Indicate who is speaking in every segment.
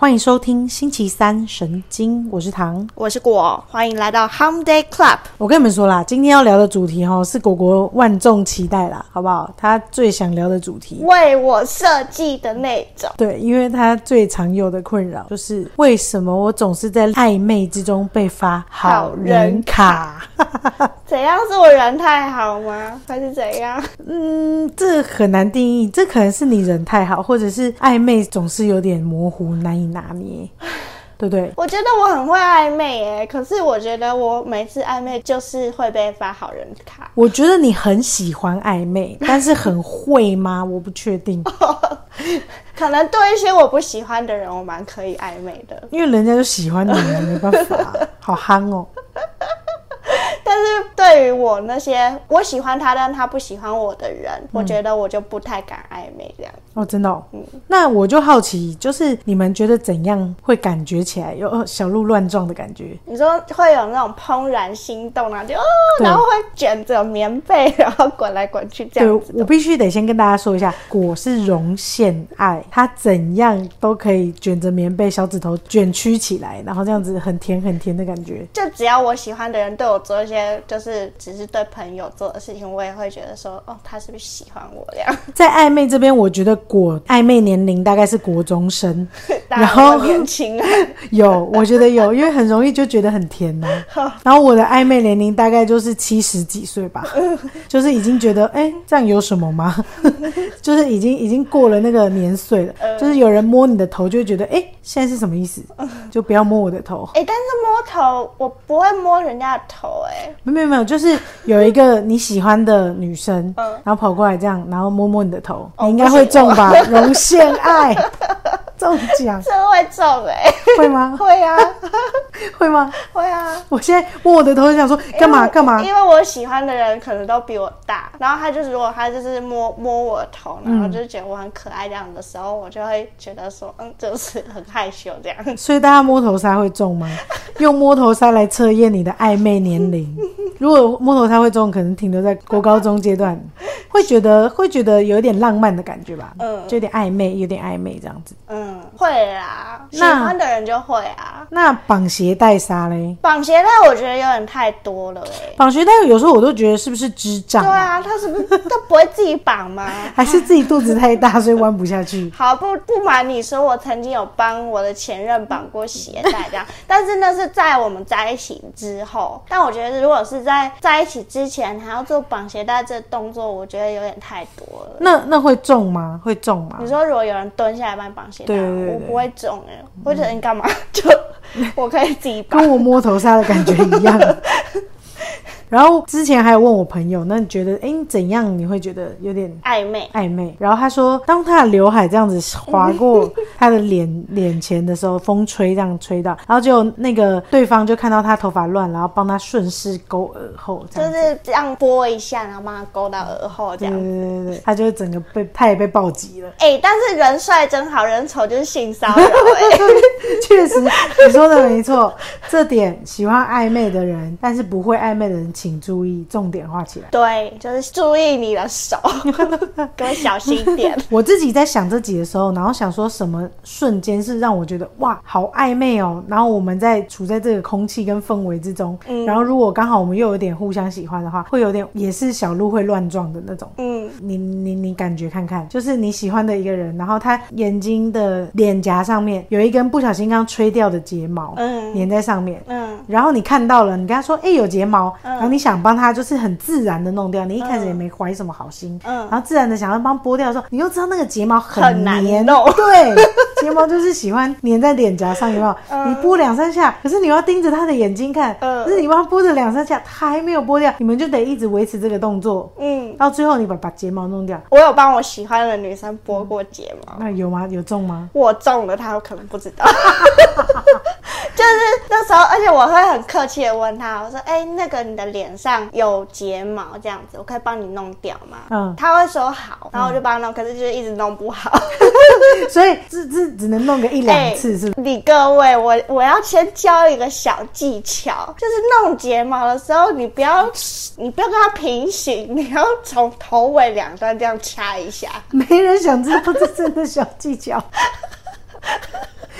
Speaker 1: 欢迎收听星期三神经，我是唐。
Speaker 2: 我是果，欢迎来到 Hum Day Club。
Speaker 1: 我跟你们说啦，今天要聊的主题哈、是果果万众期待啦，好不好？他最想聊的主题，
Speaker 2: 为我设计的那种，
Speaker 1: 对，因为他最常有的困扰就是为什么我总是在暧昧之中被发好人卡？
Speaker 2: 怎样是我人太好吗？还是怎样？
Speaker 1: 嗯，这很难定义，这可能是你人太好，或者是暧昧总是有点模糊，难以拿捏，对不对？
Speaker 2: 我觉得我很会暧昧耶，可是我觉得我每次暧昧就是会被发好人卡。
Speaker 1: 我觉得你很喜欢暧昧，但是很会吗？我不确定。
Speaker 2: 可能对一些我不喜欢的人，我蛮可以暧昧的，
Speaker 1: 因为人家就喜欢你，没办 法，啊好憨哦。
Speaker 2: 但是对于我那些我喜欢他但他不喜欢我的人，我觉得我就不太敢暧昧这样。
Speaker 1: 哦，真的、哦。
Speaker 2: 嗯
Speaker 1: 那我就好奇，就是你们觉得怎样会感觉起来有呃小鹿乱撞的感觉？
Speaker 2: 你说会有那种怦然心动啊，就哦，
Speaker 1: 对
Speaker 2: 然后会卷着棉被，然后滚来滚去这
Speaker 1: 对
Speaker 2: 样子，
Speaker 1: 我必须得先跟大家说一下，果是容现爱，它怎样都可以卷着棉被，小指头卷曲起来，然后这样子很甜很甜的感觉。
Speaker 2: 就只要我喜欢的人对我做一些，就是只是对朋友做的事情，我也会觉得说，哦，他是不是喜欢我 这样？
Speaker 1: 在暧昧这边，我觉得果暧昧年龄大概是国中生，
Speaker 2: 当然
Speaker 1: 后
Speaker 2: 我年轻啊，
Speaker 1: 有，我觉得有，因为很容易就觉得很甜呐、然后我的暧昧年龄大概就是七十几岁 吧，就是已经觉得，哎、这样有什么吗？就是已经已经过了那个年岁了，
Speaker 2: 呃
Speaker 1: 就是有人摸你的头，就会觉得，哎、现在是什么意思？就不要摸我的头。
Speaker 2: 哎、但是摸头我不会摸人家的头、哎，
Speaker 1: 没有没有没有，就是有一个你喜欢的女生，
Speaker 2: 嗯
Speaker 1: 然后跑过来这样，然后摸摸你的头，
Speaker 2: 哦
Speaker 1: 你应该会中吧？荣陷 爱中奖
Speaker 2: 这会中哎、
Speaker 1: 会吗？
Speaker 2: 会啊，
Speaker 1: 会吗？
Speaker 2: 会啊。
Speaker 1: 我现在摸我的头，想说干
Speaker 2: 因为
Speaker 1: 嘛
Speaker 2: 我
Speaker 1: 干嘛？
Speaker 2: 因为我喜欢的人可能都比我大，然后他就是如果他就是摸摸我的头，然
Speaker 1: 嗯
Speaker 2: 后就觉得我很可爱这样的时候，我就会觉得说，嗯，就是很害羞这样。
Speaker 1: 所以大家摸头杀会中吗？ 用摸头杀来测验你的暧昧年 龄。如果摸头杀会中，可能停留在国高中阶 段，会觉得会觉得有点浪漫的感觉吧，
Speaker 2: 嗯
Speaker 1: 就有点暧昧，有点暧昧这样子。
Speaker 2: 嗯，会啦，喜
Speaker 1: 那
Speaker 2: 欢的人就会啊。
Speaker 1: 那绑鞋带杀嘞？
Speaker 2: 绑鞋带我觉得有点太多了哎、
Speaker 1: 绑鞋带有时候我都觉得是不是智障、
Speaker 2: 对啊，他是不是都不会自己 绑吗？
Speaker 1: 还是自己肚子太大，所以弯不下 去。
Speaker 2: 好，不不瞒你说，我曾经有帮我的前任绑过鞋带这样， 但是那是在我们在一起之后。但我觉得，如果是在在一起之前还要做绑鞋带这动作，我觉得有点太多了。
Speaker 1: 那那会中吗？会中吗
Speaker 2: 你？说如果有人蹲下来帮你绑鞋带，
Speaker 1: 啊对对对
Speaker 2: 我不会中哎、我觉得你 干嘛？就我可以自己绑。
Speaker 1: 跟我摸头杀的感觉一 样。然后之前还有问我朋友，那你觉得，哎，你怎样你会觉得有点
Speaker 2: 暧昧，
Speaker 1: 暧昧。然后他说，当他的刘海这样子划过他的脸脸前的时候，风吹这样吹到，然后就那个对方就看到他头发乱，然后帮他顺势勾耳后，这
Speaker 2: 就
Speaker 1: 样子。
Speaker 2: 是这样拨一下，然后帮他勾到耳后这
Speaker 1: 对
Speaker 2: 样
Speaker 1: 对。对对对，他就整个被他也被暴击了，
Speaker 2: 哎、但是人帅真好，人丑就是性骚扰、 哎
Speaker 1: 确实你说的没错，这点喜欢暧昧的人，但是不会暧昧的人请注意，重点画起来。
Speaker 2: 对，就是注意你的手， 各位小心一点。
Speaker 1: 我自己在想这集的时候，然后想说什么瞬间是让我觉得哇，好暧昧哦。然后我们在处在这个空气跟氛围之中，
Speaker 2: 嗯
Speaker 1: 然后如果刚好我们又有点互相喜欢的话，会有点也是小鹿会乱撞的那种。
Speaker 2: 嗯，
Speaker 1: 你你你感觉看看，就是你喜欢的一个人，然后他眼睛的脸颊上面有一根不小心刚吹掉的睫毛，
Speaker 2: 嗯
Speaker 1: 粘在上面，
Speaker 2: 嗯，
Speaker 1: 然后你看到了，你跟他说：“哎、有睫毛。
Speaker 2: 嗯
Speaker 1: 然后你想帮他，就是很自然的弄掉，你一开始也没怀什么好心，
Speaker 2: 嗯
Speaker 1: 然后自然的想要帮剥掉的时候，你又知道那个睫毛很
Speaker 2: 很难
Speaker 1: 黏，
Speaker 2: 弄
Speaker 1: 对，睫毛就是喜欢粘在脸颊上，有没 有？你剥两三下，可是你要盯着他的眼睛看，
Speaker 2: 嗯
Speaker 1: 可是你帮他剥着两三下，他还没有剥掉，你们就得一直维持这个动作，
Speaker 2: 嗯，
Speaker 1: 到最后你啊把把睫毛弄掉，
Speaker 2: 我有帮我喜欢的女生拨过睫毛，
Speaker 1: 那有吗？有中吗？
Speaker 2: 我中了，她有可能 不知道。就是那时候，而且我会很客气的问她，我说：“哎、那个你的脸上有睫毛这样子，我可以帮你弄掉吗？”
Speaker 1: 嗯
Speaker 2: 她会说好，然后我就帮她弄，可是就是一直弄不好。
Speaker 1: 所以这这只能弄个一两
Speaker 2: 哎
Speaker 1: 次，是不是？
Speaker 2: 你各位，我我要先教一个小技巧，就是弄睫毛的时候，你不要你不要跟它平行，你要从头尾两端这样掐一下。
Speaker 1: 没人想知道这真的小技巧。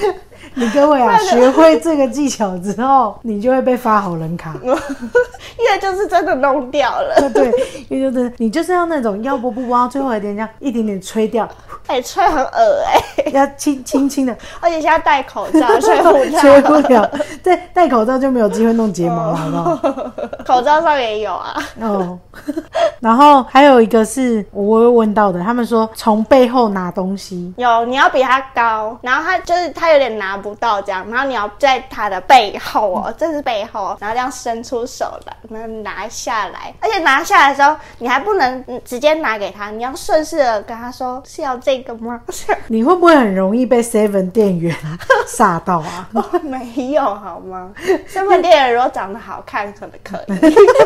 Speaker 1: 你各 位啊，学会这个技巧之后，你就会被发好人卡。
Speaker 2: 因为就是真的弄掉了，
Speaker 1: 对，因为就是你就是要那种要不不不，然后最后一点这样一点点吹 掉，
Speaker 2: 哎、吹很恶哎、
Speaker 1: 要轻轻轻的
Speaker 2: 而且现在 戴口 罩，吹不
Speaker 1: 吹不
Speaker 2: 掉，
Speaker 1: 了。 戴戴口罩就没有机会弄睫毛了，好不好？
Speaker 2: 哦口罩上也有啊，
Speaker 1: 哦， 然后还有一个是我有问到的，他们说从背后拿东西，
Speaker 2: 有你要比他高，然后他就是他有点拿不到这样，然后你要在他的背后哦，这是背后，然后这样伸出手来，然后拿下来，而且拿下来的时候，你还不能嗯直接拿给他，你要顺势的跟他说是要这个吗？
Speaker 1: 你会不会很容易被 Seven 店员 吓到啊？
Speaker 2: 哦没有好 吗？身份店员如果长得好看，可能可 以。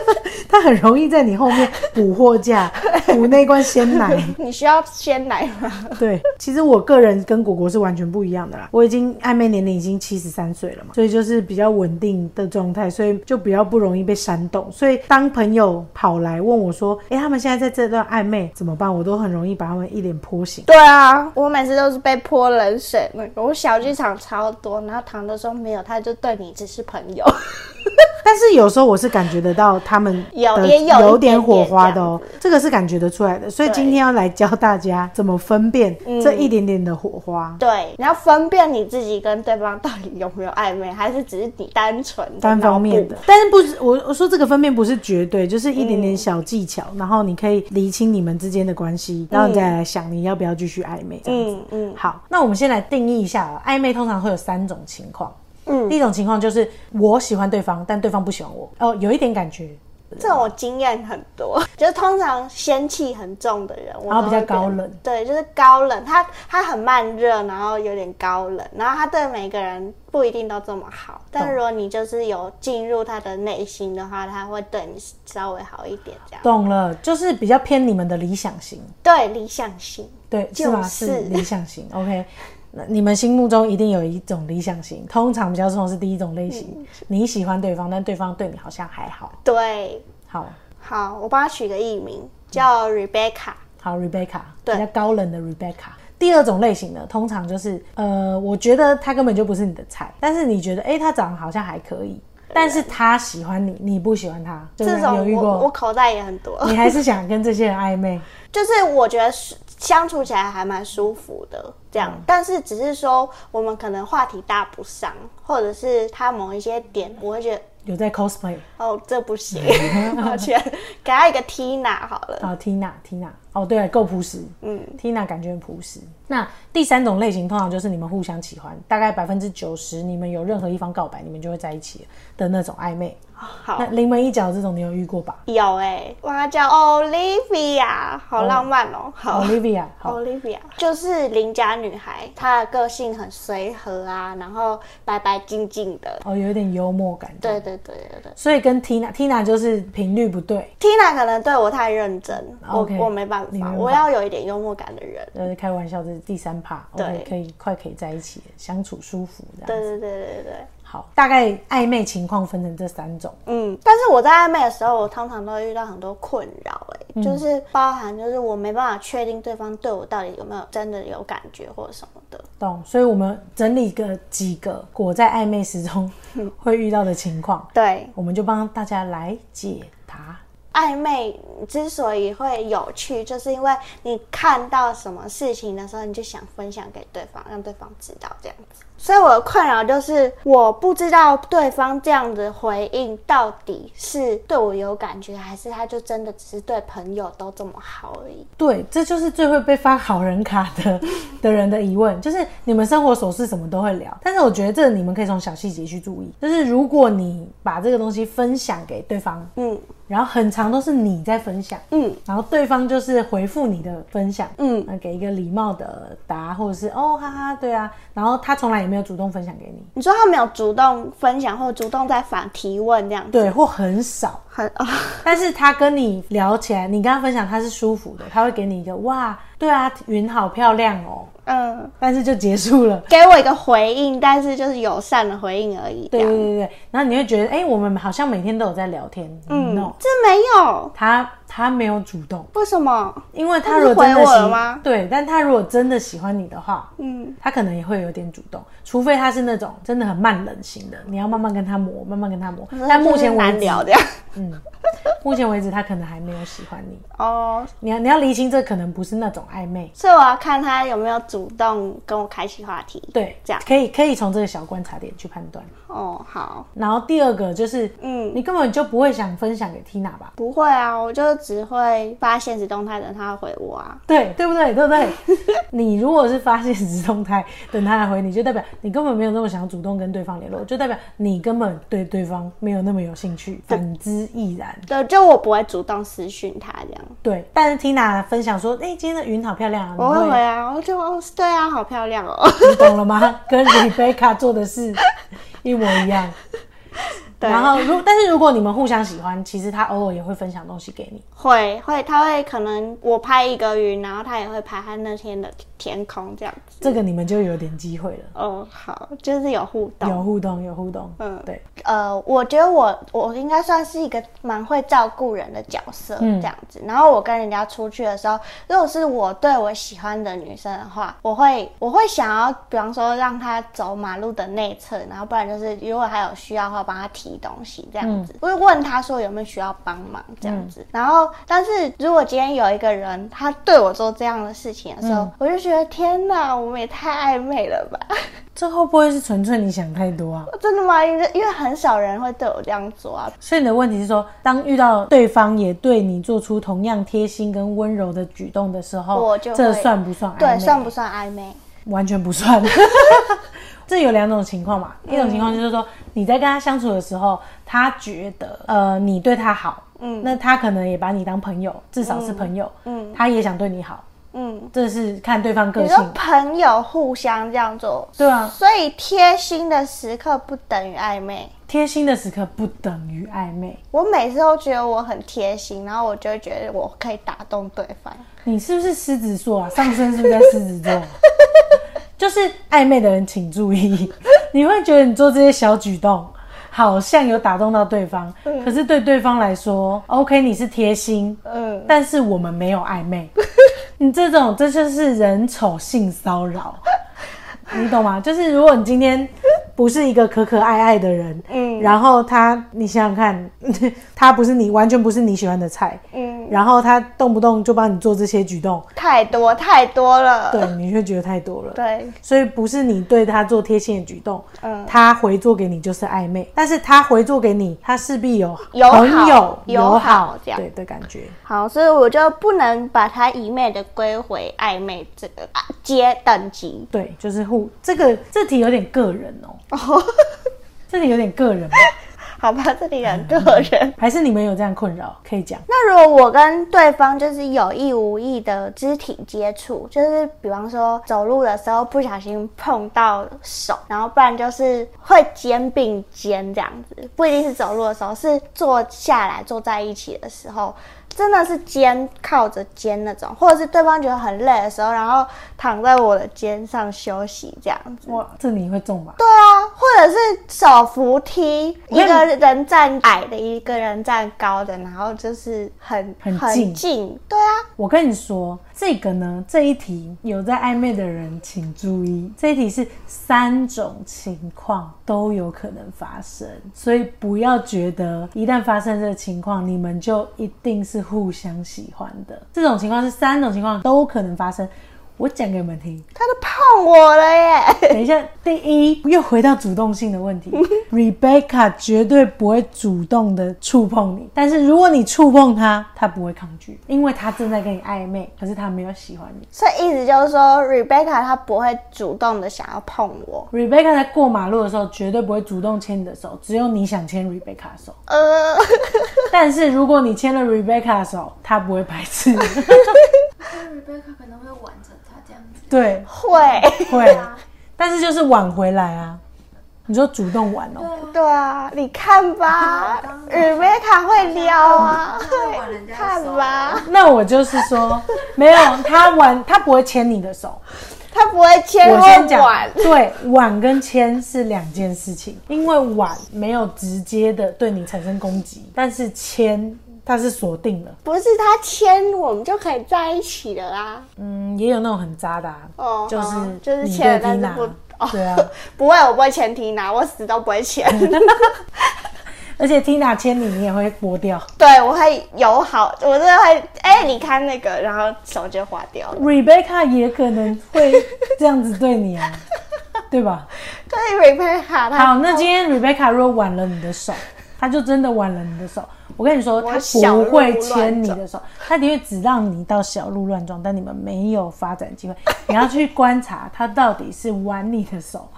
Speaker 1: 他很容易在你后面补货架，补那罐鲜奶。
Speaker 2: 你需要先来吗？
Speaker 1: 对，其实我个人跟果果是完全不一样的啦。我已经暧昧年龄已经七十三岁了嘛，所以就是比较稳定的状态，所以就比较不容易被煽动。所以当朋友跑来问我说：“哎、他们现在在这段暧昧怎么办？”我都很容易把他们一脸泼醒。
Speaker 2: 对啊，我每次都是被泼冷水那个。我小剧场超多，然后唐都说没有，他就对你只是朋友。
Speaker 1: 但是有时候我是感觉得到他们
Speaker 2: 有
Speaker 1: 的
Speaker 2: 也有一点
Speaker 1: 有点火花的哦，这个是感觉得出来的。所以今天要来教大家怎么分辨
Speaker 2: 嗯
Speaker 1: 这一点点的火花。
Speaker 2: 对，你要分辨你自己跟对方到底有没有暧昧，还是只是你单纯的
Speaker 1: 单方面的
Speaker 2: 脑，
Speaker 1: 但是不是我我说这个分辨不是绝对，就是一点点小技巧，然后你可以厘清你们之间的关系，然后你再来想你要不要继续暧昧这
Speaker 2: 补？
Speaker 1: 样子。
Speaker 2: 嗯嗯
Speaker 1: 好，那我们先来定义一下啊，暧昧通常会有三种情况。第
Speaker 2: 嗯，
Speaker 1: 一种情况就是我喜欢对方，但对方不喜欢我，哦，有一点感觉，
Speaker 2: 这种经验很多， 就是通常仙气很重的人，我
Speaker 1: 然后比较
Speaker 2: 都会觉得
Speaker 1: 高冷。
Speaker 2: 对，就是高冷，他他很慢热，然后有点高冷，然后他对每个人不一定都这么好，但是如果你就是有进入他的内心的话，他会对你稍微好一点，这样
Speaker 1: 懂了，就是比较偏你们的理想型。
Speaker 2: 对理想型。
Speaker 1: 对，
Speaker 2: 就是
Speaker 1: 吗？
Speaker 2: 是
Speaker 1: 是理想型。OK，那你们心目中一定有一种理想型，通常比较重是第一种类型，你喜欢对方，但对方对你好像还好。
Speaker 2: 对，
Speaker 1: 好，
Speaker 2: 好，我帮他取个艺名叫
Speaker 1: 嗯
Speaker 2: Rebecca。
Speaker 1: 好，Rebecca，
Speaker 2: 对
Speaker 1: 比较高冷的 Rebecca。第二种类型呢，通常就是呃，我觉得他根本就不是你的菜，但是你觉得哎、诶他长得好像还可以，但是他喜欢你，你不喜欢他，就
Speaker 2: 这
Speaker 1: 是犹
Speaker 2: 种
Speaker 1: 豫
Speaker 2: 我我
Speaker 1: 过，嗯
Speaker 2: 口袋也很多，
Speaker 1: 你还是想跟这些人暧昧。
Speaker 2: 就是我觉得是相处起来还蛮舒服的这样，
Speaker 1: 嗯
Speaker 2: 但是只是说我们可能话题搭不上，或者是他某一些点，我会觉得。
Speaker 1: 有在 cosplay
Speaker 2: 哦，这 不行，抱歉，给他一个 Tina 好了。
Speaker 1: 啊，Tina Tina，哦对，够朴实，
Speaker 2: 嗯，
Speaker 1: Tina 感觉很朴实。那第三种类型通常就是你们互相喜欢，大概百分之九十你们有任何一方告白，你们就会在一起的那种暧昧。
Speaker 2: 好
Speaker 1: 那，临门一脚这种你有遇过吧
Speaker 2: 有哎、欸，哇，他叫 Olivia，好
Speaker 1: 嗯
Speaker 2: 浪漫哦、好。
Speaker 1: ？Olivia，好，
Speaker 2: Olivia 就是邻家女孩，她的个性很随和啊，然后白白净净的。
Speaker 1: 哦，有一点幽默感。
Speaker 2: 对对对对对
Speaker 1: 所以跟 Tina，Tina 就是频率不对，
Speaker 2: ，Tina 可能对我太认真，我
Speaker 1: OK，
Speaker 2: 我没办
Speaker 1: 你没
Speaker 2: 法，
Speaker 1: 办法
Speaker 2: 我要有一点幽默感的人。
Speaker 1: 呃，开玩笑，这是第三趴。
Speaker 2: 对
Speaker 1: OK，可以快可以在一起，相处舒服这样。
Speaker 2: 对对对对对，
Speaker 1: 好，大概暧昧情况分成这三种。
Speaker 2: 嗯，但是我在暧昧的时候，我通常都会遇到很多困扰，
Speaker 1: 嗯
Speaker 2: 哎，就是包含就是我没办法确定对方对我到底有没有真的有感觉或者什么的。
Speaker 1: 懂，所以我们整理个几个我在暧昧时 中会遇到的情况，
Speaker 2: 对，
Speaker 1: 我们就帮大家来解答。
Speaker 2: 暧昧之所以会有趣，就是因为你看到什么事情的时候，你就想分享给对方，嗯让对方知道这样子。所以我的困扰就是，我不知道对方这样的回应到底是对我有感觉，还是他就真的只是对朋友都这么好而已。
Speaker 1: 对，这就是最会被发好人卡的 的人的疑问，就是你们生活琐事什么都会聊，但是我觉得这你们可以从小细节去注意，就是如果你把这个东西分享给对方，
Speaker 2: 嗯
Speaker 1: 然后很长都是你在分享，
Speaker 2: 嗯，
Speaker 1: 然后对方就是回复你的分享，
Speaker 2: 嗯
Speaker 1: 呃，给一个礼貌的答，或者是哦哈哈，对啊，然后他从来也没有主动分享给你，
Speaker 2: 你说他没有主动分享，或主动在反提问这样子，
Speaker 1: 对，或很少，
Speaker 2: 很啊、
Speaker 1: 但是他跟你聊起来，你跟他分享他是舒服的，他会给你一个哇，对啊，云好漂亮哦，
Speaker 2: 嗯，
Speaker 1: 但是就结束了。
Speaker 2: 给我一个回应，但是就是友善的回应而已。这
Speaker 1: 对
Speaker 2: 样
Speaker 1: 对对对，然后你会觉得，哎、我们好像每天都有在聊天。嗯，no，
Speaker 2: 哦这没有，
Speaker 1: 他他没有主动，
Speaker 2: 为什么？
Speaker 1: 因为他如果真的
Speaker 2: 他是回我了
Speaker 1: 喜
Speaker 2: 吗
Speaker 1: 对，但他如果真的喜欢你的话，
Speaker 2: 嗯，
Speaker 1: 他可能也会有点主动，除非他是那种真的很慢冷型的，你要慢慢跟他磨，慢慢跟他磨。但目前
Speaker 2: 就是
Speaker 1: 为
Speaker 2: 难
Speaker 1: 止，
Speaker 2: 聊的呀。
Speaker 1: 嗯，目前为止他可能还没有喜欢你。
Speaker 2: 哦，
Speaker 1: 你要你要厘清，这可能不是那种暧昧，
Speaker 2: 所以我要看他有没有主动跟我开启话题。
Speaker 1: 对，
Speaker 2: 这样
Speaker 1: 可以可以从这个小观察点去判断。
Speaker 2: 哦，好，
Speaker 1: 然后第二个就是，
Speaker 2: 嗯，
Speaker 1: 你根本就不会想分享给 Tina 吧？
Speaker 2: 不会啊，我就只会发现实动态等他回我啊。
Speaker 1: 对，对不对？对不 对？你如果是发现实动态，等他来回你，就代表你根本没有那么想主动跟对方联络，就代表你根本对对方没有那么有兴趣。反之亦然。
Speaker 2: 对，就我不会主动私讯他这样，
Speaker 1: 对，但是 Tina 分享说，哎、今天的云好漂亮啊，
Speaker 2: 我
Speaker 1: 你
Speaker 2: 会回啊，我就哦，对啊，好漂 亮哦。
Speaker 1: 你懂了吗？跟 Rebecca 做的事一模一样。
Speaker 2: 对
Speaker 1: 然后如但是如果你们互相喜欢，其实他偶尔也会分享东西给你。
Speaker 2: 会会，他会可能我拍一个云，然后他也会拍他那天的天空这样子。
Speaker 1: 这个你们就有点机会了，
Speaker 2: 哦，好，就是有互动。
Speaker 1: 有互动，有互动。
Speaker 2: 嗯
Speaker 1: 对，
Speaker 2: 呃，我觉得我我应该算是一个蛮会照顾人的角色
Speaker 1: 嗯
Speaker 2: 这样子。然后我跟人家出去的时候，如果是我对我喜欢的女生的话，我会我会想要，比方说让她走马路的内侧，然后不然就是如果她有需要的话，帮她提东西这样子。我会问她说有没有需要帮忙这样子。然后，但是如果今天有一个人他对我做这样的事情的时候，我就觉得天哪，我们也太暧昧了吧。
Speaker 1: 这会不会是纯粹你想太多啊？
Speaker 2: 真的吗？因为因为很少人会对我这样做啊。
Speaker 1: 所以你的问题是说，当遇到对方也对你做出同样贴心跟温柔的举动的时候，
Speaker 2: 我就会
Speaker 1: 这算不算暧昧？
Speaker 2: 对，算不算暧昧？
Speaker 1: 完全不 算。这有两种情况嘛，一种情
Speaker 2: 嗯
Speaker 1: 况就是说你在跟他相处的时候，他觉得呃你对他好，嗯，那他可能也把你当朋友，至少是朋友，嗯，他也想对你好，
Speaker 2: 嗯，
Speaker 1: 这是看对方个
Speaker 2: 你说
Speaker 1: 性，
Speaker 2: 朋友互相这样做，
Speaker 1: 对啊，
Speaker 2: 所以贴心的时刻不等于暧昧。
Speaker 1: 贴心的时刻不等于暧昧。
Speaker 2: 我每次都觉得我很贴心，然后我就会觉得我可以打动对方。
Speaker 1: 你是不是狮子座啊？上升是不是在狮子座？就是暧昧的人请注意，你会觉得你做这些小举动好像有打动到对方，可是对对方来说，OK，你哦是贴心，
Speaker 2: 嗯，
Speaker 1: 但是我们没有暧 昧。你这种这就是人丑性骚扰，你懂吗？就是如果你今天不是一个可可爱爱的人，嗯，
Speaker 2: 嗯
Speaker 1: 然后他，你想想看， 他不是你完全不是你喜欢的菜，
Speaker 2: 嗯，
Speaker 1: 然后他动不动就帮你做这些举动，
Speaker 2: 太多太多了。
Speaker 1: 对，你会觉得太多了。
Speaker 2: 对，
Speaker 1: 所以不是你对他做贴心的举动，
Speaker 2: 嗯
Speaker 1: 他回做给你就是暧昧，但是他回做给你，他势必有
Speaker 2: 友好
Speaker 1: 朋友
Speaker 2: 友好这样
Speaker 1: 对的感觉。
Speaker 2: 好，所以我就不能把它一昧的归回暧昧这个啊阶等级。
Speaker 1: 对，就是互这个这题有点个人哦、
Speaker 2: 哦，
Speaker 1: 这题有点个人吧，哦
Speaker 2: 好吧，这里很个人。
Speaker 1: 还是你们有这样困扰？可以讲，
Speaker 2: 那如果我跟对方就是有意无意的肢体接触，就是比方说走路的时候不小心碰到手，然后不然就是会肩并肩这样子，不一定是走路的时候，是坐下来坐在一起的时候。真的是肩靠着肩那种，或者是对方觉得很累的时候，然后躺在我的肩上休息这样子。
Speaker 1: 哇，这你会中吧？
Speaker 2: 对啊，或者是手扶梯，
Speaker 1: 我
Speaker 2: 一
Speaker 1: 跟你
Speaker 2: 个人站矮的，一个人站高的，然后就是很
Speaker 1: 很近
Speaker 2: 对啊，
Speaker 1: 我跟你说，这个呢，这一题有在暧昧的人请注意，这一题是三种情况都有可能发生，所以不要觉得一旦发生这个情况，你们就一定是互相喜欢的。这种情况是三种情况都可能发生。我讲给你们听，
Speaker 2: 他都碰我了耶！
Speaker 1: 等一下，第一又回到主动性的问题，Rebecca 绝对不会主动的触碰你，但是如果你触碰她，她不会抗拒，因为她正在跟你暧昧，可是她没有喜欢你。
Speaker 2: 所以意思就是说，Rebecca 她不会主动的想要碰我，
Speaker 1: Rebecca 在过马路的时候绝对不会主动牵你的手，只有你想牵 Rebecca 的 手。
Speaker 2: 呃，
Speaker 1: 但是如果你牵了 Rebecca 的手，她不会排 斥。
Speaker 3: 但 Rebecca 可能会挽着他这样子，
Speaker 1: 对，
Speaker 2: 会，
Speaker 1: 会，
Speaker 2: 啊
Speaker 1: 但是就是挽回来啊。你说主动挽哦、
Speaker 2: 对啊，你看吧
Speaker 3: 当然
Speaker 2: ，Rebecca 会撩啊，
Speaker 3: 他会挽人家的
Speaker 2: 看
Speaker 3: 手，
Speaker 2: 吧，
Speaker 1: 那我就是说，没有她挽，她不会牵你的手。
Speaker 2: 她不会牵
Speaker 1: 我先
Speaker 2: 会
Speaker 1: 讲
Speaker 2: 挽，，
Speaker 1: 对，挽跟牵是两件事情，因为挽没有直接的对你产生攻击，但是牵他是锁定了。
Speaker 2: 不是他牵我们就可以在一起了啊啦。
Speaker 1: 嗯，也有那种很渣的、啊，
Speaker 2: 哦，
Speaker 1: 就是
Speaker 2: 好啊就是
Speaker 1: 你
Speaker 2: 牵了，
Speaker 1: 对
Speaker 2: 但是
Speaker 1: Tina
Speaker 2: 不哦，
Speaker 1: 对啊，
Speaker 2: 不会，我不会牵 Tina，我死都不会牵。
Speaker 1: 而且 Tina 牵你，你也会剥掉。
Speaker 2: 对，我会友好，我真的会，哎、你看那个，然后手就划掉了。
Speaker 1: Rebecca 也可能 会这样子对你啊，对吧？
Speaker 2: 对 Rebecca，
Speaker 1: 好，
Speaker 2: 他
Speaker 1: 那今天 Rebecca 如果挽了你的手，他就真的挽了你的手。我跟你说，他
Speaker 2: 我小
Speaker 1: 不
Speaker 2: 鹿
Speaker 1: 会
Speaker 2: 乱
Speaker 1: 牵你
Speaker 2: 撞
Speaker 1: 的手，他的确只让你到小鹿乱撞，但你们没有发展 机会。你要去观察他到底是挽你的手，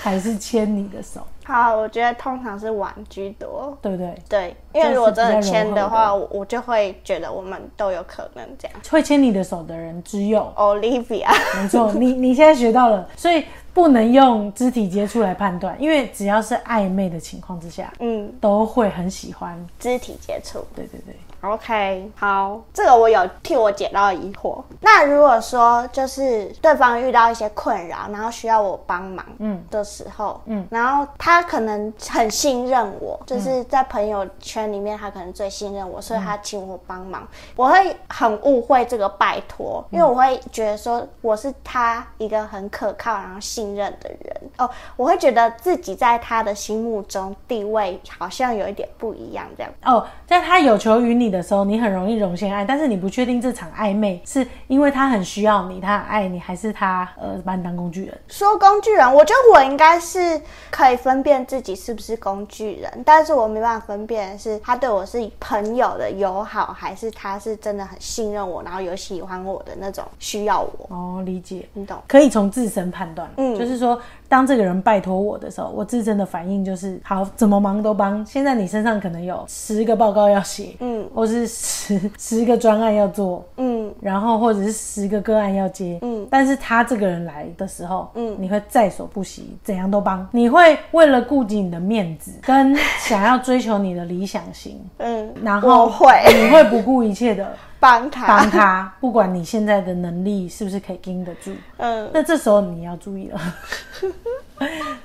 Speaker 1: 还是牵你的手，
Speaker 2: 好，我觉得通常是玩居多。
Speaker 1: 对不对？
Speaker 2: 对，因为如果真的牵的话，
Speaker 1: 就
Speaker 2: 我我就会觉得我们都有可能这样。
Speaker 1: 会牵你的手的人只有
Speaker 2: Olivia，
Speaker 1: 没错，
Speaker 2: 哦
Speaker 1: 你你现在学到了，所以不能用肢体接触来判断，因为只要是暧昧的情况之下，
Speaker 2: 嗯，
Speaker 1: 都会很喜欢。
Speaker 2: 肢体接触。
Speaker 1: 对对对，
Speaker 2: OK，好，这个我有替我解到疑惑。那如果说就是对方遇到一些困扰，然后需要我帮忙，嗯的时候，嗯，然后他可能很信任我，就是在朋友圈里面他可能最信任我，所以他请我帮忙，我会很误会这个拜托，因为我会觉得说我是他一个很可靠然后信任的人哦，我会觉得自己在他的心目中地位好像有一点不一样这样。
Speaker 1: 哦，在他有求于你的时候，你很容易容陷爱，但是你不确定这场暧昧是因为他很需要你，他很爱你，还是他呃把你当工具人。
Speaker 2: 说工具人，我觉得我应该是可以分辨自己是不是工具人，但是我没办法分辨的是他对我是朋友的友好，还是他是真的很信任我，然后有喜欢我的那种需要我，
Speaker 1: 哦，理解。
Speaker 2: 你懂？
Speaker 1: 可以从自身判断，
Speaker 2: 嗯
Speaker 1: 就是说，当这个人拜托我的时候，我自身的反应就是好，怎么忙都帮。现在你身上可能有十个报告要写，
Speaker 2: 嗯
Speaker 1: 或是十十个专案要做，
Speaker 2: 嗯，
Speaker 1: 然后或者是十个个案要接，
Speaker 2: 嗯
Speaker 1: 但是他这个人来的时候，
Speaker 2: 嗯
Speaker 1: 你会在所不惜，怎样都帮，你会为了顾及你的面子 跟想要追求你的理想型，
Speaker 2: 嗯，
Speaker 1: 然后
Speaker 2: 我会
Speaker 1: 你会不顾一切的
Speaker 2: 帮
Speaker 1: 帮
Speaker 2: 他，
Speaker 1: 他，不管你现在的能力是不是可以经得住，
Speaker 2: 嗯，
Speaker 1: 那这时候你要注意 了，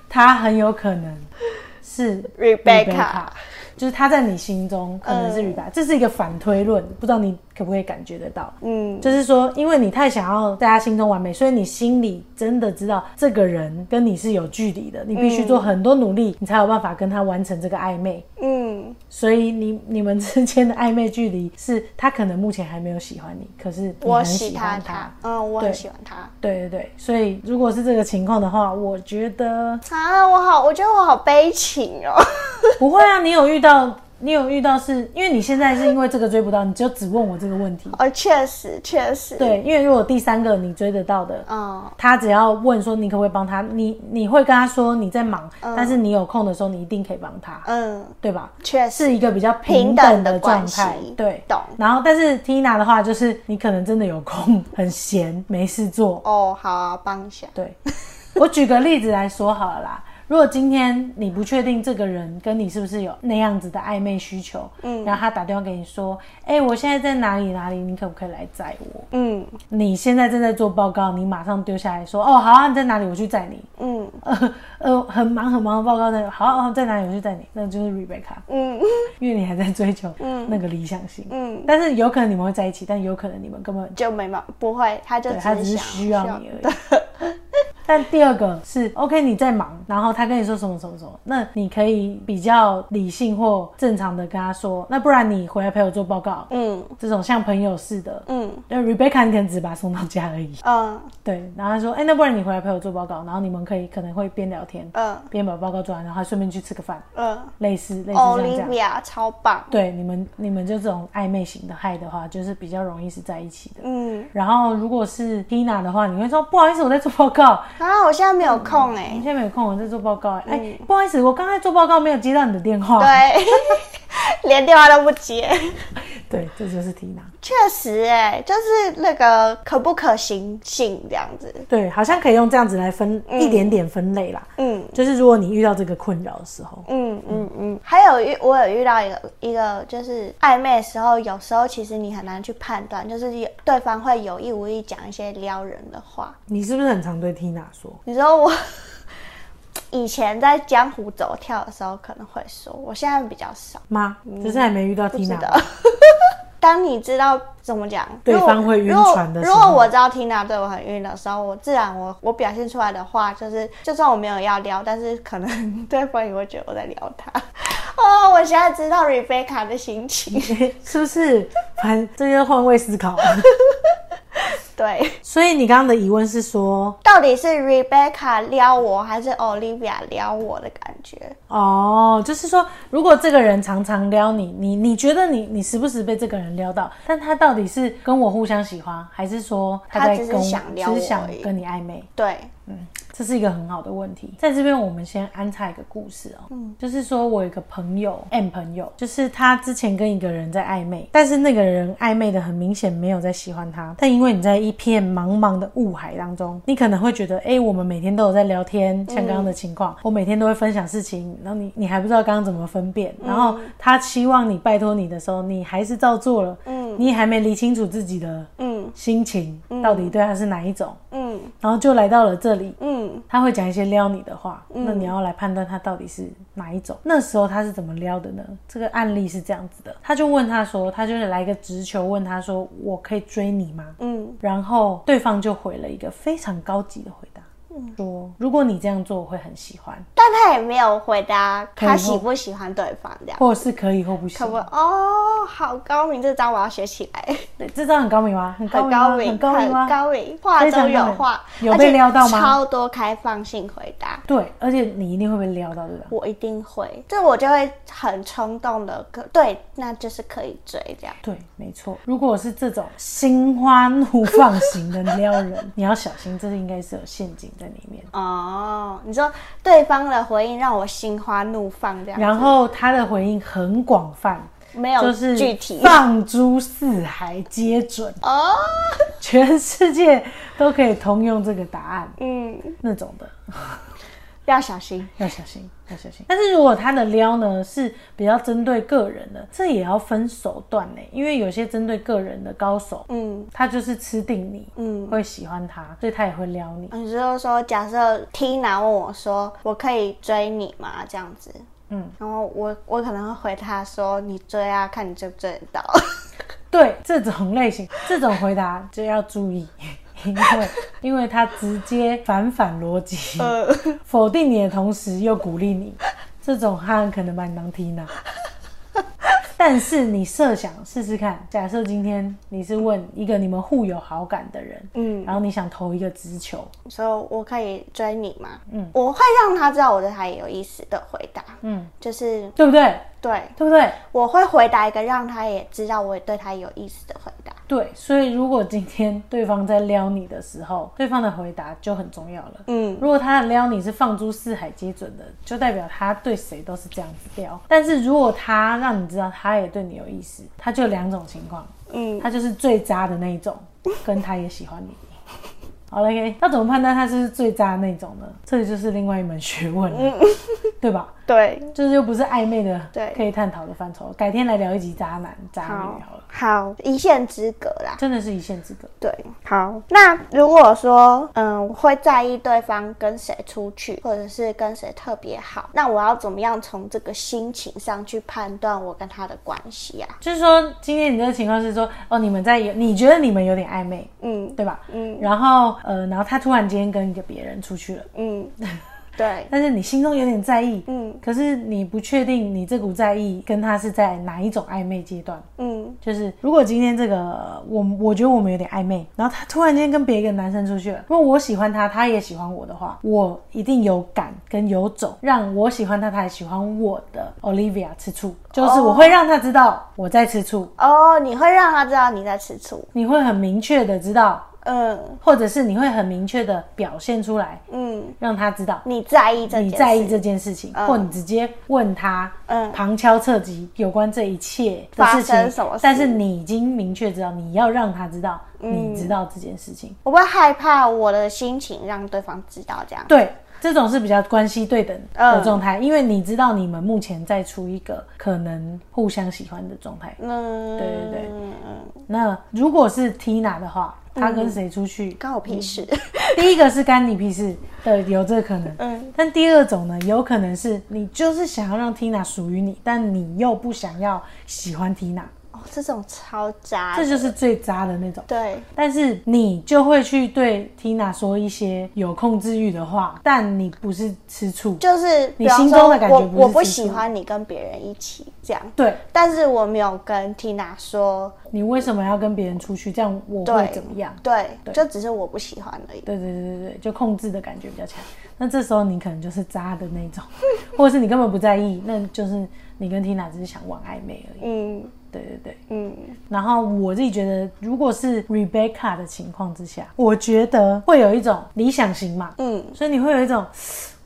Speaker 1: 他很有可能是
Speaker 2: Rebecca
Speaker 1: 就是他在你心中可能是 Rebecca，、这是一个反推论，不知道你可不可以感觉得到？
Speaker 2: 嗯，
Speaker 1: 就是说，因为你太想要在他心中完美，所以你心里真的知道这个人跟你是有距离的，你必须做很多努力，你才有办法跟他完成这个暧昧。
Speaker 2: 嗯，
Speaker 1: 所以你你们之间的暧昧距离是，他可能目前还没有喜欢你，可是你
Speaker 2: 我
Speaker 1: 很
Speaker 2: 喜
Speaker 1: 喜
Speaker 2: 欢
Speaker 1: 欢
Speaker 2: 他，嗯，我
Speaker 1: 对
Speaker 2: 很喜欢他。
Speaker 1: 对对对，所以如果是这个情况的话，我觉得
Speaker 2: 啊，我好，我觉得我好悲情哦。
Speaker 1: 不会啊。你有遇到，你有遇到是，因为你现在是因为这个追不到，你就只问我这个问题。
Speaker 2: 哦，确实，确实，，
Speaker 1: 对，因为如果第三个你追得到的，
Speaker 2: 嗯，
Speaker 1: 他只要问说你可不可以帮他，你你会跟他说你在忙，但是你有空的时候你一定可以帮他，
Speaker 2: 嗯，
Speaker 1: 对吧？
Speaker 2: 确实，
Speaker 1: 是一个比较平
Speaker 2: 平等
Speaker 1: 等
Speaker 2: 的
Speaker 1: 的状
Speaker 2: 关
Speaker 1: 态
Speaker 2: 系，
Speaker 1: 对，
Speaker 2: 懂
Speaker 1: 然后，但是 Tina 的话就是你可能真的有空，很闲，没事做，
Speaker 2: 哦，好啊，帮一下，
Speaker 1: 对，我举个例子来说好了啦。如果今天你不确定这个人跟你是不是有那样子的暧昧需求，嗯，然后他打电话给你说，哎、我现在在哪里哪里，你可不可以来载我？
Speaker 2: 嗯
Speaker 1: 你现在正在做报告，你马上丢下来说，哦，好啊，你在哪里，我去载你。
Speaker 2: 嗯
Speaker 1: 呃呃，很忙很忙的报告在，好、啊，在哪里，我去载你。 那就是 Rebecca，
Speaker 2: 嗯。
Speaker 1: 因为你还在追求那个理想型，
Speaker 2: 嗯
Speaker 1: 但是有可能你们会在一起，但有可能你们根本
Speaker 2: 就没嘛，不会，他就
Speaker 1: 对
Speaker 2: 只
Speaker 1: 他只是
Speaker 2: 想
Speaker 1: 需要你而已。 但第二个是 OK，你在忙，然后他跟你说什么什么什么，那你可以比较理性或正常的跟他说，那不然你回来陪我做报告，
Speaker 2: 嗯
Speaker 1: 这种像朋友似的。
Speaker 2: 嗯
Speaker 1: 那 Rebecca 你可能只把他送到家而已，
Speaker 2: 嗯
Speaker 1: 对。然后他说，哎、那不然你回来陪我做报告，然后你们可以可能会边聊天，
Speaker 2: 嗯
Speaker 1: 边把报告做完，然后顺便去吃个饭，
Speaker 2: 嗯
Speaker 1: 类似类似像这样。
Speaker 2: ，Olivia 超棒，
Speaker 1: 对，你们你们就这种暧昧型的害的话，就是比较容易是在一起的。
Speaker 2: 嗯，
Speaker 1: 然后如果是 Tina 的话，你会说不好意思，我在做报告，
Speaker 2: 啊，我现在没有空哎
Speaker 1: 你、现在没有空，我在做报告。哎、
Speaker 2: 嗯
Speaker 1: 不好意思，我刚才做报告没有接到你的电话。
Speaker 2: 对，连电话都不接，
Speaker 1: 对，这就是 Tina。
Speaker 2: 确实哎、就是那个可不可行性这样子，
Speaker 1: 对，好像可以用这样子来分、一点点分类啦。
Speaker 2: 嗯。
Speaker 1: 就是如果你遇到这个困扰的时候，
Speaker 2: 嗯嗯嗯，还有遇我有遇到一个一个就是暧昧的时候，有时候其实你很难去判断，就是有对方会有意无意讲一些撩人的话，
Speaker 1: 你是不是很常对 Tina 说？
Speaker 2: 你知道我 以前在江湖走跳的时候可能会说，我现在比较少，
Speaker 1: 妈，就是还没遇到
Speaker 2: 不知
Speaker 1: Tina，
Speaker 2: 道
Speaker 1: 吧。
Speaker 2: 当你知道怎么讲，
Speaker 1: 对
Speaker 2: 如果
Speaker 1: 方会晕船的时
Speaker 2: 如
Speaker 1: 候
Speaker 2: 果如果我知道 Tina 对我很晕的时候，我自然我我表现出来的话，就是就算我没有要撩，但是可能对方也会觉得我在撩他。 哦，我现在知道 Rebecca 的心 情。
Speaker 1: 是不是？反这就是换位思考。
Speaker 2: 对，
Speaker 1: 所以你刚刚的疑问是说，
Speaker 2: 到底是 Rebecca 撩我，还是 Olivia 撩我的感觉？
Speaker 1: 哦，就是说，如果这个人常常撩你，你你觉得你你时不时被这个人撩到，但他到底是跟我互相喜欢，还是说
Speaker 2: 他
Speaker 1: 在
Speaker 2: 只是
Speaker 1: 跟我
Speaker 2: 想撩
Speaker 1: 只
Speaker 2: 我
Speaker 1: 是想
Speaker 2: 而已
Speaker 1: 跟你暧昧？
Speaker 2: 对，
Speaker 1: 这是一个很好的问题。在这边，我们先安插一个故事哦，就是说我有一个朋友，M 朋友，就是他之前跟一个人在暧昧，但是那个人暧昧的很明显没有在喜欢他，但因为你在一片茫茫的雾海当中，你可能会觉得，哎，我们每天都有在聊天，像刚刚的情况，我每天都会分享事情，然后你你还不知道刚刚怎么分辨，然后他期望你拜托你的时候，你还是照做了，嗯，你也还没理清楚自己的
Speaker 2: 嗯
Speaker 1: 心情到底对他是哪一种，
Speaker 2: 嗯
Speaker 1: 然后就来到了这里，
Speaker 2: 嗯
Speaker 1: 他会讲一些撩你的话，那你要来判断他到底是哪一种。那时候他是怎么撩的呢？这个案例是这样子的，他就问他说，他就是来一个直球问他说，我可以追你吗？
Speaker 2: 嗯，
Speaker 1: 然后对方就回了一个非常高级的回答，
Speaker 2: 嗯
Speaker 1: 说如果你这样做，我会很喜欢，
Speaker 2: 但他也没有回答
Speaker 1: 以
Speaker 2: 他
Speaker 1: 后
Speaker 2: 喜不喜欢对方这样。
Speaker 1: 或者是可以或不行
Speaker 2: 可。不，哦，好高明，这招我要学起来。
Speaker 1: 对这招很高明吗？很 高
Speaker 2: 很
Speaker 1: 明吗？
Speaker 2: 高
Speaker 1: 很
Speaker 2: 明，
Speaker 1: 高明吗？
Speaker 2: 很高明，话
Speaker 1: 非常
Speaker 2: 中有
Speaker 1: 高明
Speaker 2: 话，
Speaker 1: 有
Speaker 2: 而
Speaker 1: 被
Speaker 2: 且
Speaker 1: 撩到吗
Speaker 2: 超多开放性回答，
Speaker 1: 对，而且你一定会被撩到，对吧？
Speaker 2: 我一定会，这我就会很冲动的，可对，那就是可以追这样。
Speaker 1: 对，没错。如果是这种心花怒放型的撩人，你要小心，这是应该是有陷阱在里面。
Speaker 2: 哦，你说对方的回应让我心花怒放这样，
Speaker 1: 然后他的回应很广泛，
Speaker 2: 没有
Speaker 1: 就是
Speaker 2: 具体
Speaker 1: 放诸四海皆准，
Speaker 2: 哦，
Speaker 1: 全世界都可以通用这个答案
Speaker 2: 嗯，
Speaker 1: 那种的，
Speaker 2: 要小心。
Speaker 1: 要小心，要小心。但是如果他的撩呢是比较针对个人的，这也要分手段呢，因为有些针对个人的高手，
Speaker 2: 嗯
Speaker 1: 他就是吃定你，
Speaker 2: 嗯
Speaker 1: 会喜欢他，所以他也会撩你。
Speaker 2: 你就是说，假设 Tina 问我说：“我可以追你吗？”这样子，
Speaker 1: 嗯，
Speaker 2: 然后我我可能会回他说：“你追啊，看你追不追得到。
Speaker 1: 对这种类型，这种回答就要注意， 因为因为他直接反反逻辑，
Speaker 2: 呃
Speaker 1: 否定你的同时又鼓励你，这种汉可能把你当 Tina。但是你设想试试看，假设今天你是问一个你们互有好感的人，
Speaker 2: 嗯
Speaker 1: 然后你想投一个直球，
Speaker 2: 所以我可以追你吗？嗯，我会让他知道我对他也有意思的回答。
Speaker 1: 嗯，
Speaker 2: 就是
Speaker 1: 对不对？
Speaker 2: 对，
Speaker 1: 对不对？
Speaker 2: 我会回答一个让他也知道我对他有意思的回答。
Speaker 1: 对，所以如果今天对方在撩你的时候，对方的回答就很重要了。
Speaker 2: 嗯
Speaker 1: 如果他的撩你是放诸四海皆准的，就代表他对谁都是这样子撩。但是如果他让你知道他也对你有意思，他就有两种情况，
Speaker 2: 嗯，
Speaker 1: 他就是最渣的那一种，跟他也喜欢你。好了，OK，那怎么判断他是最渣的那种呢？这就是另外一门学问了，对吧？
Speaker 2: 对，
Speaker 1: 就是又不是暧昧的，
Speaker 2: 对
Speaker 1: 可以探讨的范畴。改天来聊一集渣男、渣
Speaker 2: 好
Speaker 1: 女好了，
Speaker 2: 好，一线之隔啦。
Speaker 1: 真的是一线之隔。
Speaker 2: 对，好，那如果说，嗯，我会在意对方跟谁出去，或者是跟谁特别好，那我要怎么样从这个心情上去判断我跟他的关系啊？
Speaker 1: 就是说，今天你这个情况是说，哦，你们在有，你觉得你们有点暧昧，
Speaker 2: 嗯
Speaker 1: 对吧？
Speaker 2: 嗯
Speaker 1: 然后呃，然后他突然间跟一个别人出去了，
Speaker 2: 嗯，对，
Speaker 1: 但是你心中有点在意，
Speaker 2: 嗯
Speaker 1: 可是你不确定你这股在意跟他是在哪一种暧昧阶段。
Speaker 2: 嗯
Speaker 1: 就是如果今天这个我我觉得我们有点暧昧，然后他突然间跟别一个男生出去了，如果我喜欢他，他也喜欢我的话，我一定有感跟有种，让我喜欢他，他也喜欢我的 Olivia 吃醋，就是我会让他知道我在吃醋，
Speaker 2: 哦，你会让他知道你在吃醋，
Speaker 1: 你会很明确的知道，
Speaker 2: 嗯
Speaker 1: 或者是你会很明确的表现出来，
Speaker 2: 嗯，
Speaker 1: 让他知道
Speaker 2: 你在意这件
Speaker 1: 你
Speaker 2: 事
Speaker 1: 在意这，件事情，
Speaker 2: 嗯
Speaker 1: 或你直接问他，
Speaker 2: 嗯
Speaker 1: 旁敲侧击有关这一切的事
Speaker 2: 发生什么
Speaker 1: 情
Speaker 2: 事，
Speaker 1: 但是你已经明确知道，你要让他知道，
Speaker 2: 嗯
Speaker 1: 你知道这件事情，
Speaker 2: 我会害怕我的心情让对方知道这样，
Speaker 1: 对。这种是比较关系对等的
Speaker 2: 嗯
Speaker 1: 状态，因为你知道你们目前在处于一个可能互相喜欢的状态。
Speaker 2: 嗯，
Speaker 1: 对对对那如果是 Tina 的话，
Speaker 2: 嗯
Speaker 1: 她跟谁出去，
Speaker 2: 关我屁事，
Speaker 1: 第一个是干你屁事的有这个可能，
Speaker 2: 嗯
Speaker 1: 但第二种呢，有可能是你就是想要让 Tina 属于你，但你又不想要喜欢 Tina，
Speaker 2: 哦，这种超渣的，
Speaker 1: 这就是最渣的那种。
Speaker 2: 对
Speaker 1: 但是你就会去对 Tina 说一些有控制欲的话，但你不是吃醋，
Speaker 2: 就是
Speaker 1: 你
Speaker 2: 比方
Speaker 1: 心
Speaker 2: 说
Speaker 1: 中的感觉
Speaker 2: 我
Speaker 1: 不是
Speaker 2: 我不
Speaker 1: 吃醋
Speaker 2: 喜欢你跟别人一起这样，
Speaker 1: 对
Speaker 2: 但是我没有跟 Tina 说，
Speaker 1: 你为什么要跟别人出去？这样我会
Speaker 2: 对
Speaker 1: 怎么样？
Speaker 2: 对，
Speaker 1: 对
Speaker 2: 就只是我不喜欢而已。
Speaker 1: 对对对对对，就控制的感觉比较强。那这时候你可能就是渣的那种， 或者是你根本不在意，那就是你跟 Tina 只是想玩暧昧而已。
Speaker 2: 嗯
Speaker 1: 对对对。
Speaker 2: 嗯，
Speaker 1: 然后我自己觉得，如果是 Rebecca 的情况之下，我觉得会有一种理想型嘛，
Speaker 2: 嗯，
Speaker 1: 所以你会有一种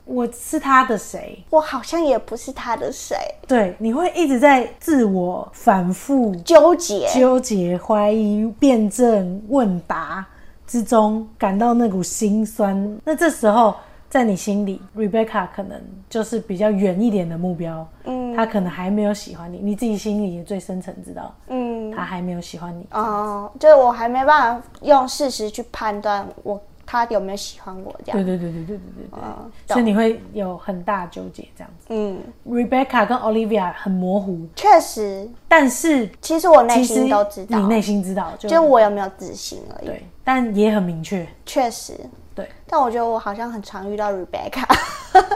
Speaker 1: 我是他的谁，
Speaker 2: 我好像也不是他的谁，
Speaker 1: 对，你会一直在自我反复
Speaker 2: 纠结。
Speaker 1: 纠结、怀疑、辩证、问答之中，感到那股心酸。那这时候，在你心里，Rebecca 可能就是比较远一点的目标，嗯，他可能还没有喜欢你，你自己心里也最深层知道，
Speaker 2: 嗯，
Speaker 1: 他还没有喜欢你。
Speaker 2: 哦，就是我还没办法用事实去判断我他有没有喜欢我这
Speaker 1: 对
Speaker 2: 样。
Speaker 1: 对对对对对对对，
Speaker 2: 嗯，
Speaker 1: 所以
Speaker 2: 懂。
Speaker 1: 你会有很大纠结这样子。
Speaker 2: 嗯，
Speaker 1: Rebecca 跟 Olivia 很模糊，
Speaker 2: 确实，
Speaker 1: 但是
Speaker 2: 其实我内
Speaker 1: 其实
Speaker 2: 心都知道
Speaker 1: 你，内心知道，就
Speaker 2: 就我有没有自信而已。
Speaker 1: 对，但也很明确。
Speaker 2: 确实，
Speaker 1: 对。
Speaker 2: 但我觉得我好像很常遇到 Rebecca。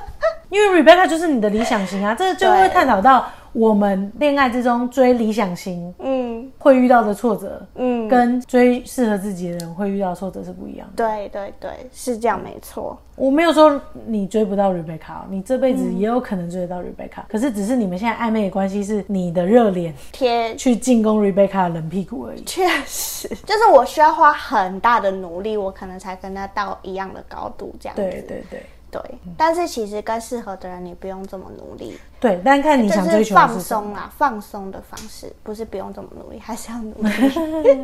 Speaker 1: 因为 Rebecca 就是你的理想型啊，这就会
Speaker 2: 对
Speaker 1: 探讨到我们恋爱之中追理想型
Speaker 2: 嗯
Speaker 1: 会遇到的挫折，
Speaker 2: 嗯，
Speaker 1: 跟追适合自己的人会遇到的挫折是不一样的。
Speaker 2: 对对对，是
Speaker 1: 嗯
Speaker 2: 这样没错。
Speaker 1: 我没有说你追不到 Rebecca，哦你这辈子也有可能追得到 Rebecca，、可是只是你们现在暧昧的关系是你的热脸
Speaker 2: 贴
Speaker 1: 去进攻 Rebecca 的冷屁股而已。
Speaker 2: 确实，就是我需要花很大的努力，我可能才跟他到一样的高度这样子。
Speaker 1: 对嗯对对
Speaker 2: 对但是其实跟适合的人，你不用这么努力，
Speaker 1: 对，但看你
Speaker 2: 就
Speaker 1: 想追
Speaker 2: 哎是
Speaker 1: 求的
Speaker 2: 放
Speaker 1: 是什么，
Speaker 2: 松啦，放松的方式，不是不用这么努力，还是要努 力，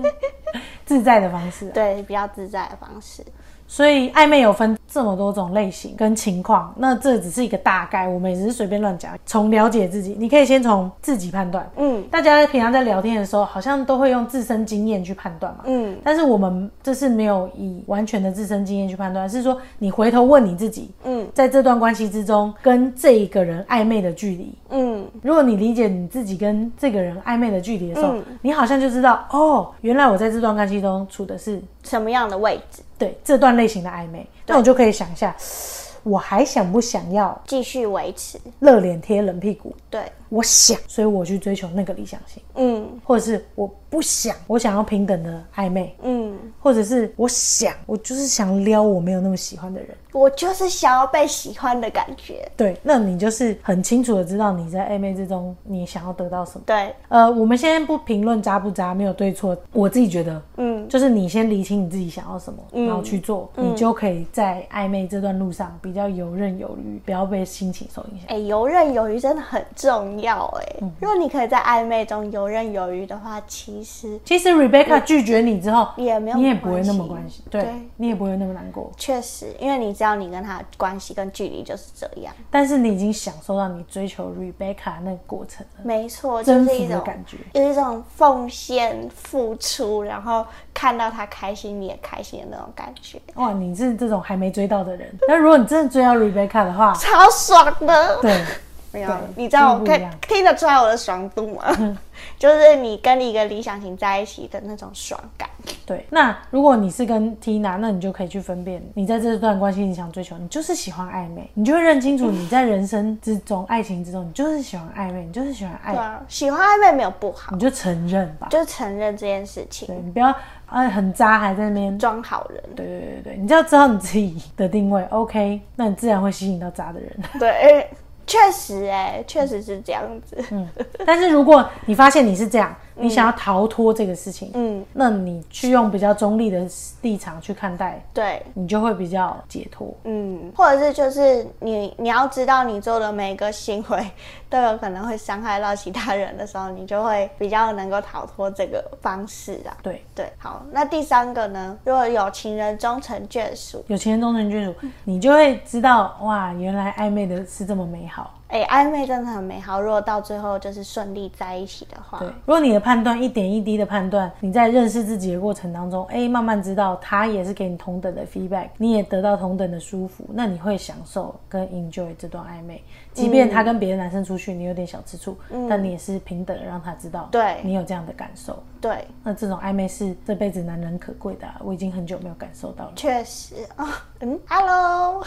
Speaker 1: 自在的方式啊、
Speaker 2: 对，比较自在的方式。
Speaker 1: 所以暧昧有分这么多种类型跟情况，那这只是一个大概，我们也只是随便乱讲。从了解自己，你可以先从自己判断。
Speaker 2: 嗯
Speaker 1: 大家平常在聊天的时候，好像都会用自身经验去判断嘛。
Speaker 2: 嗯
Speaker 1: 但是我们这是没有以完全的自身经验去判断，是说你回头问你自己，
Speaker 2: 嗯
Speaker 1: 在这段关系之中跟这一个人暧昧的距离，
Speaker 2: 嗯，
Speaker 1: 如果你理解你自己跟这个人暧昧的距离的时候，
Speaker 2: 嗯
Speaker 1: 你好像就知道哦，原来我在这段关系中处的是
Speaker 2: 什么样的位置？
Speaker 1: 对这段类型的暧昧，那我就可以想一下，我还想不想要
Speaker 2: 继续维持，
Speaker 1: 热脸贴冷屁股？
Speaker 2: 对，
Speaker 1: 我想，所以我去追求那个理想型，
Speaker 2: 嗯
Speaker 1: 或者是我不想，我想要平等的暧昧，
Speaker 2: 嗯，
Speaker 1: 或者是我想，我就是想撩我没有那么喜欢的人。
Speaker 2: 我就是想要被喜欢的感觉，
Speaker 1: 对，那你就是很清楚的知道你在暧昧之中你想要得到什么。
Speaker 2: 对，
Speaker 1: 呃，我们先不评论渣不渣，没有对错，我自己觉得
Speaker 2: 嗯
Speaker 1: 就是你先理清你自己想要什么，然后去做，嗯你就可以在暧昧这段路上比较游刃有余，不要被心情受影响。
Speaker 2: 哎、游刃有余真的很重要哎、
Speaker 1: 嗯
Speaker 2: 如果你可以在暧昧中游刃有余的话，其实
Speaker 1: 其实 Rebecca 拒绝你之后，
Speaker 2: 也没有
Speaker 1: 你也不会那么关
Speaker 2: 关
Speaker 1: 心
Speaker 2: 系，
Speaker 1: 对
Speaker 2: 嗯对
Speaker 1: 你也不会那么难过。
Speaker 2: 确实，因为你知道你跟他的关系跟距离就是这样，
Speaker 1: 但是你已经享受到你追求 Rebecca 那个过程了，
Speaker 2: 没错，嗯就
Speaker 1: 征
Speaker 2: 是一
Speaker 1: 服
Speaker 2: 种
Speaker 1: 的感觉。
Speaker 2: 有一种奉献、付出，然后看到他开心，你也开心的那种感觉，
Speaker 1: 哇，你是这种还没追到的人，但如果你真的追到 Rebecca 的话，
Speaker 2: 超爽的。
Speaker 1: 对，
Speaker 2: 没有
Speaker 1: 对，
Speaker 2: 你知道
Speaker 1: 真
Speaker 2: 我
Speaker 1: 的
Speaker 2: 可
Speaker 1: 不一
Speaker 2: 以
Speaker 1: 样
Speaker 2: 听得出来我的爽度吗？ 就是你跟你一个理想型在一起的那种爽感。
Speaker 1: 对，那如果你是跟 Tina，那你就可以去分辨，你在这段关系你想追求，你就是喜欢暧昧，你就会认清楚你在人生之中、爱情之中，你就是喜欢暧昧，你就是喜欢爱，
Speaker 2: 对啊，喜欢暧昧没有不好
Speaker 1: 你，就承认吧。
Speaker 2: 就承认这件事情
Speaker 1: 对，你不要啊很渣还在那边。
Speaker 2: 装好人。
Speaker 1: 对对对对，你就要知道你自己的定位，OK，那你自然会吸引到渣的人。
Speaker 2: 对， 确实哎、确实是这样子。
Speaker 1: 但是如果你发现你是这样，你想要逃脱这个事情，
Speaker 2: 嗯，
Speaker 1: 那你去用比较中立的立场去看待，
Speaker 2: 对，
Speaker 1: 你就会比较解脱。
Speaker 2: 嗯，或者是就是你你要知道你做的每一个行为都有可能会伤害到其他人的时候，你就会比较能够逃脱这个方式啊。
Speaker 1: 对，
Speaker 2: 对，好，那第三个呢？如果有情人终成眷属，
Speaker 1: 有情人终成眷属，你就会知道哇，原来暧昧的是这么美好。
Speaker 2: 哎、哎，暧昧真的很美好。如果到最后就是顺利在一起的话，
Speaker 1: 对，如果你的判断一点一滴的判断，你在认识自己的过程当中，哎，慢慢知道他也是给你同等的 feedback，你也得到同等的舒服，那你会享受跟 enjoy 这段暧昧。即便他跟别的男生出去，你有点小吃醋，但你也是平等的让他知道，
Speaker 2: 对
Speaker 1: 你有这样的感受。
Speaker 2: 对，
Speaker 1: 那这种暧昧是这辈子难能可贵的啊、我已经很久没有感受到了。
Speaker 2: 确实 啊、嗯，Hello，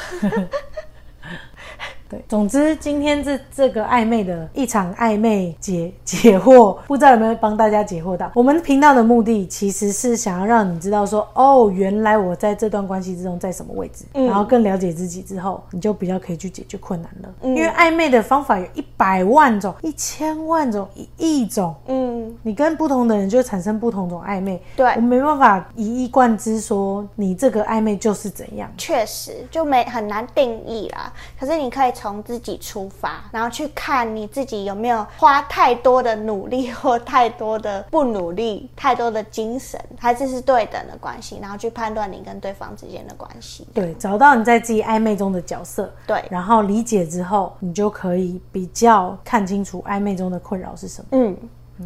Speaker 1: 对，总之今天这这个暧昧的一场暧昧解解惑，不知道有没有帮大家解惑到？我们频道的目的其实是想要让你知道说，哦，原来我在这段关系之中在什么位置，然后更了解自己之后，你就比较可以去解决困难了。因为暧昧的方法有一百万种、一千万种、一亿种，
Speaker 2: 嗯，
Speaker 1: 你跟不同的人就产生不同种暧昧。
Speaker 2: 对
Speaker 1: 我没办法一以贯之说你这个暧昧就是怎样。
Speaker 2: 确实就没很难定义啦。可是你可以从自己出发，然后去看你自己有没有花太多的努力或太多的不努力、太多的精神，还是是对等的关系，然后去判断你跟对方之间的关系。
Speaker 1: 对，找到你在自己暧昧中的角色，
Speaker 2: 对
Speaker 1: 然后理解之后，你就可以比较看清楚暧昧中的困扰是什么。
Speaker 2: 嗯，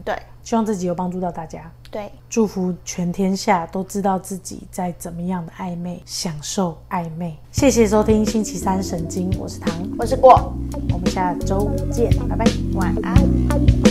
Speaker 2: 对
Speaker 1: 希望自己有帮助到大家，
Speaker 2: 对，
Speaker 1: 祝福全天下都知道自己在怎么样的暧昧，享受暧昧。谢谢收听星期三神经，我是唐，
Speaker 2: 我是过，
Speaker 1: 我们下周见，拜拜。
Speaker 2: 晚安。